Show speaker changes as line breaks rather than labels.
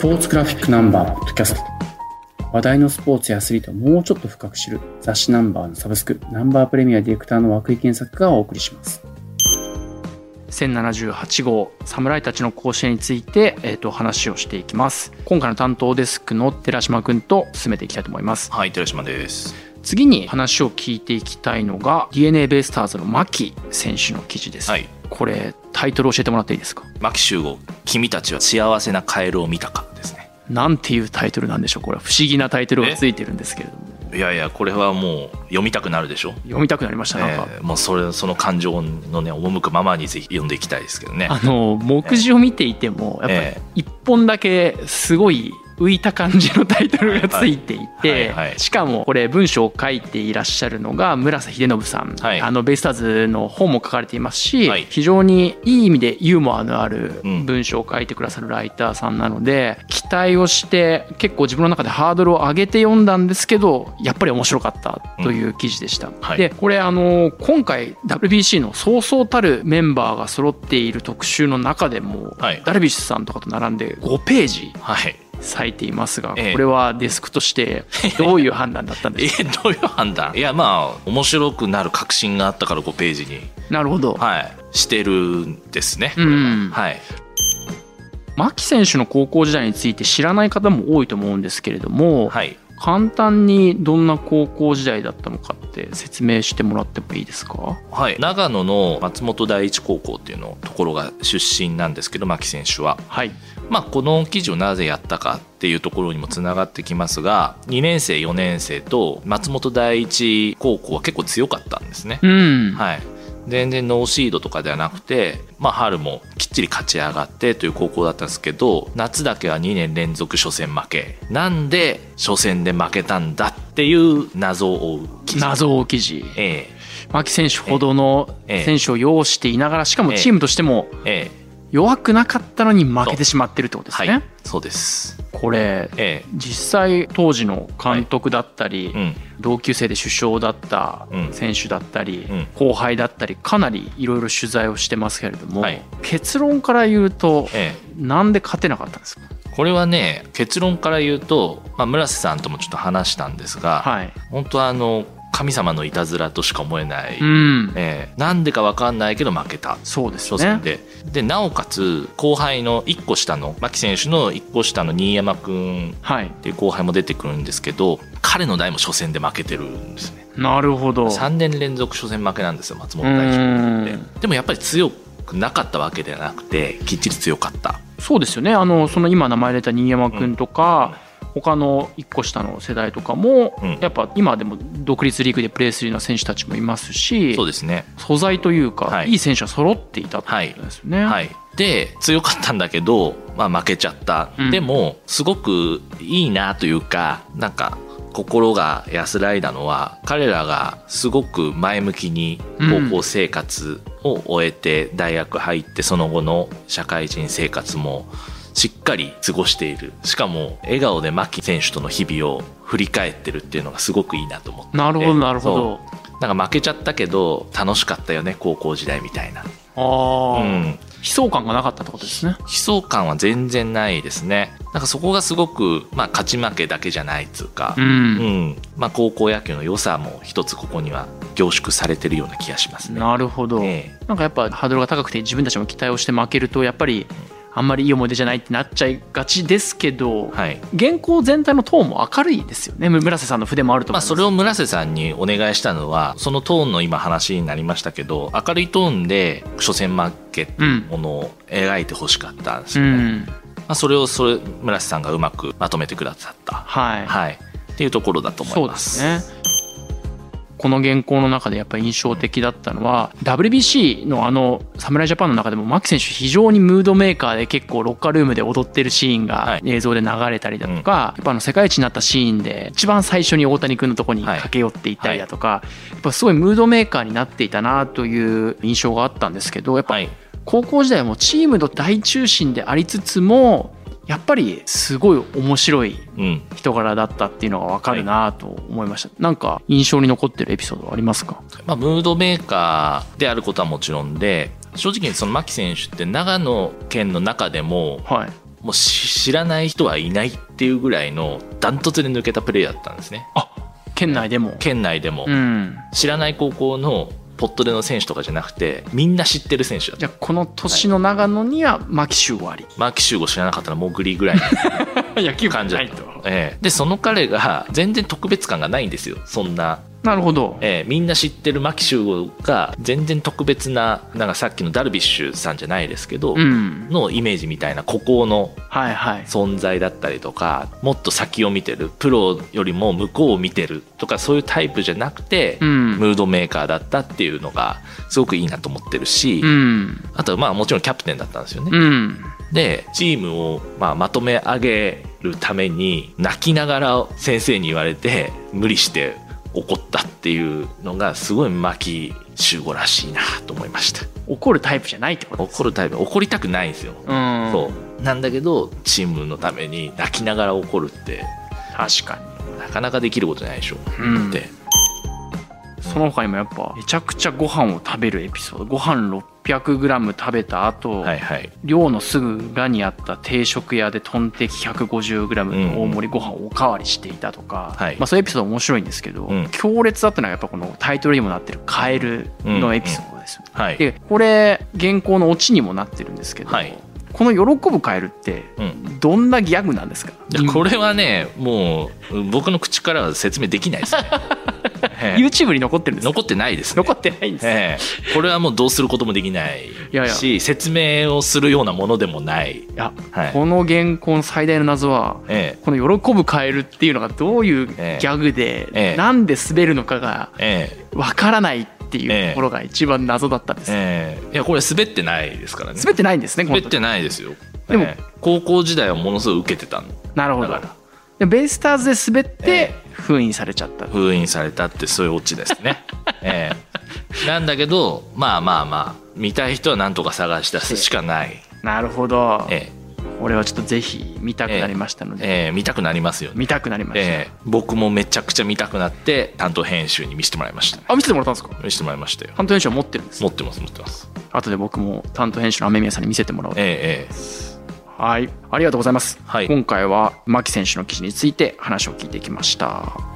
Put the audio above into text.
ポーツグラフィックナンバーポッドキャスト。話題のスポーツやアスリートをもうちょっと深く知る雑誌ナンバーのサブスク、ナンバープレミアディレクターの涌井健作がお送りします。
1078号侍たちの甲子園について、えー、と話をしていきます今回の担当デスクの寺島くんと進めていきたいと思います
はい、寺島です。
次に話を聞いていきたいのが d n a ベイスターズの牧選手の記事です、
はい。
これタイトル教えてもらっていいですか
牧秀悟、君たちは幸せなカエルを見たかですね。
なんていうタイトルなんでしょうこれは不思議なタイトルがついてるんですけれども
いやいや、これはもう読みたくなるでしょ。
読みたくなりましたなんか、
えーもうそれその感情のね赴くままにぜひ読んでいきたいですけどね。
あの目次を見ていてもやっぱり
ええ
一本だけすごい浮いた感じのタイトルがついてい
はい
て
はいはい
しかもこれ文章を書いていらっしゃるのが村瀬秀信さん、
はい
あのベイスターズの本も書かれていますし、
はい
非常にいい意味でユーモアのある
うん
文章を書いてくださるライターさんなので期待をして結構自分の中でハードルを上げて読んだんですけどやっぱり面白かったという記事でした。
はい
でこれあの今回 WBC のそうそうたるメンバーが揃っている特集の中でも、
はい
ダルビッシュさんとかと並んで5ページ
はい。
割いていますが、
ええ
これはデスクと してどういう判断だったん
え
ですか
ーどういう判断？いやまあ面白くなる確信があったから5ページに
なるほど、
はいしてるんですね。
うん
はい。
牧選手の高校時代について知らない方も多いと思うんですけれども、
はい。
簡単にどんな高校時代だったのかって説明してもらってもいいですか
はい、長野の松本第一高校っていうのところが出身なんですけど牧選手は、
はい
まあ、この記事をなぜやったかっていうところにもつながってきますが2年生4年生と松本第一高校は結構強かったんですね
う、ん、
はい、全然ノーシードとかではなくて、まあ、春もきっちり勝ち上がってという高校だったんですけど夏だけは2年連続初戦負けなんで初戦で負けたんだっていう謎を追う記事、
謎多き事
え
牧選手ほどの
ええ
選手を擁していながらしかもチームとしても
えええ
弱くなかったのに負けてしまってるってことです
は
ね、
いそうです
これ
え
実際当時の監督だったり、
えうん
同級生で主将だった
うん
選手だったり、
うん
後輩だったりかなりいろいろ取材をしてますけれども、
はい
結論から言うと
ええ
なんで勝てなかったんですか
これはね結論から言うと、まあ、村瀬さんともちょっと話したんですが、
はい、
本当はあの神様のいたずらとしか思えない、
うん、
ええなんでか分かんないけど負けた
そうです
初戦
ね。
で,、でなおかつ後輩の1個下の牧選手の1個下の新山君
はい、
っていう後輩も出てくるんですけど彼の代も初戦で負けてるんですね
なるほど。
3年連続初戦負けなんですよ松本大臣って
うん
でもやっぱり強くなかったわけではなくてきっちり強かった
そうですよね。あのその今名前出た新山くんとか、他の一個下の世代とかも、
うん
やっぱ今でも独立リーグでプレーするような選手たちもいますし
そう、ですね
素材というか、
はい
い、い選手が揃っていたってことですよね。
はい、で強かったんだけど、まあ、負けちゃった、
うん
でもすごくいいなというかなんか心が安らいだのは彼らがすごく前向きに高校生活を終えて大学入ってその後の社会人生活もしっかり過ごしているしかも笑顔で牧選手との日々を振り返ってるっていうのがすごくいいなと思って
なるほどなるほ
そう
ど。
なんか負けちゃったけど楽しかったよね高校時代みたいな、
あ
う
あ、
ん、
悲壮感がなかったってことですね。
悲壮感は全然ないですね。なんかそこがすごく、まあ、勝ち負けだけじゃないっつうか
う、ん。
うんまあ、高校野球の良さも一つここには凝縮されてるような気がしますね。
なるほど、
ええ
なんかやっぱハードルが高くて自分たちも期待をして負けるとやっぱりあんまりいい思い出じゃないってなっちゃいがちですけど、
はい
原稿全体のトーンも明るいですよねむ村瀬さんの筆もあると思い
まあ、
ます、
それを村瀬さんにお願いしたのはそのトーンの今話になりましたけど明るいトーンで初戦負けっていうものを描いてほしかったんです
う
よね、ま
ん
あ、それをそれ村瀬さんがうまくまとめてくださった、
はい、
はい、っていうところだと思
そ
いう
で
ます。
すねこの原稿の中でやっぱり印象的だったのは WBC のあの侍ジャパンの中でも牧選手非常にムードメーカーで結構ロッカールームで踊ってるシーン
は
が
い
映像で流れたりだとか、やっぱあの世界一になったシーンで一番最初に大谷君のとこに
はい
駆け寄っていったりだとか、やっぱすごいムードメーカーになっていたなという印象があったんですけどやっぱ
はい
高校時代もチームの大中心でありつつもやっぱりすごい面白い
うん
人柄だったっていうのが分かるなと思いました、なんか印象に残ってるエピソードはありますか
まあ、ムードメーカーであることはもちろんで正直にその牧選手って長野県の中でも
はい
もうし知らない人はいないっていうぐらいのダントツで抜けたプレーだったんですね
県内でも。
県内でも、
うん。
知らない高校のポットでの選手とかじゃなくてみんな知ってる選手だっ
じ
た
ゃあこの年の長野には牧秀終わり。
マーキシューゴ知らなかったらもうグリーぐらい の
野球
感じだ
ない
った
と。
ええでその彼が全然特別感がないんですよそんな
なるほど。
えーみんな知ってる牧秀悟が全然特別ななんかさっきのダルビッシュさんじゃないですけど、
うん。
のイメージみたいな孤高の
はいはい。
存在だったりとかもっと先を見てるプロよりも向こうを見てるとかそういうタイプじゃなくて、
うん。
ムードメーカーだったっていうのがすごくいいなと思ってるし、
うん。
あとはまあもちろんキャプテンだったんですよね。
うん。
でチームをまあまとめ上げるために泣きながら先生に言われて無理して怒ったっていうのがすごい牧集合らしいなと思いました
怒るタイプじゃないってこと。
怒るタイプ怒りたくないんですよ、
うん。
そうなんだけどチームのために泣きながら怒るって
確かに。
なかなかできることじゃないでしょう
うん
で
その他にもやっぱめちゃくちゃご飯を食べるエピソードご飯 600g 食べた後、
はいはい
寮のすぐ裏にあった定食屋でトンテキ 150g の大盛りご飯をおかわりしていたとか、
はい
まあ、そういうエピソード面白いんですけど、
うん
強烈だったのはやっぱこのタイトルにもなってる「カエル」のエピソードですよね。
はい
でこれ原稿のオチにもなってるんですけど、
はい
この「喜ぶカエル」って
うん
どんなギャグなんですか、
いやこれはねもううん僕の口からは説明できない ですね、ええ
YouTube に残ってるんですか
残ってないですね
残ってないんです、
ええ、これはもうどうすることもできないし
いやいや
説明をするようなものでもない、
いや
はい
この原稿の最大の謎は
え
この「喜ぶカエル」っていうのがどういうギ
ええ
ャグで、
ええ
なんで滑るのかが
ええ
わからないっていうところが一番謎だったんで
え
す、
ええいやこれ滑ってないですからね
滑ってないんですねこ
滑
の
っ
時
てないですよ
でも
ええ高校時代はものすごい受けてたの
なるほど
だから
でベイスターズで滑っ
え
て封印されちゃった、
封印されたってそういうオチです ね、ええなんだけどまあまあまあ見たい人は何とか探し出すしかない、
なるほど、
ええ
俺はちょっとぜひ見たくなりましたので、
ええ見たくなりますよね、
見たくなりました、
ええ僕もめちゃくちゃ見たくなって担当編集に見せてもらいましたね
あ見せてもらったんですか
見せてもらいましたよ
担当編集は持ってるんです
持ってます持ってます
後で僕も担当編集の雨宮さんに見せてもらおうと
ええええ
はいありがとうございます、
はい
今回は牧選手の記事について話を聞いてきました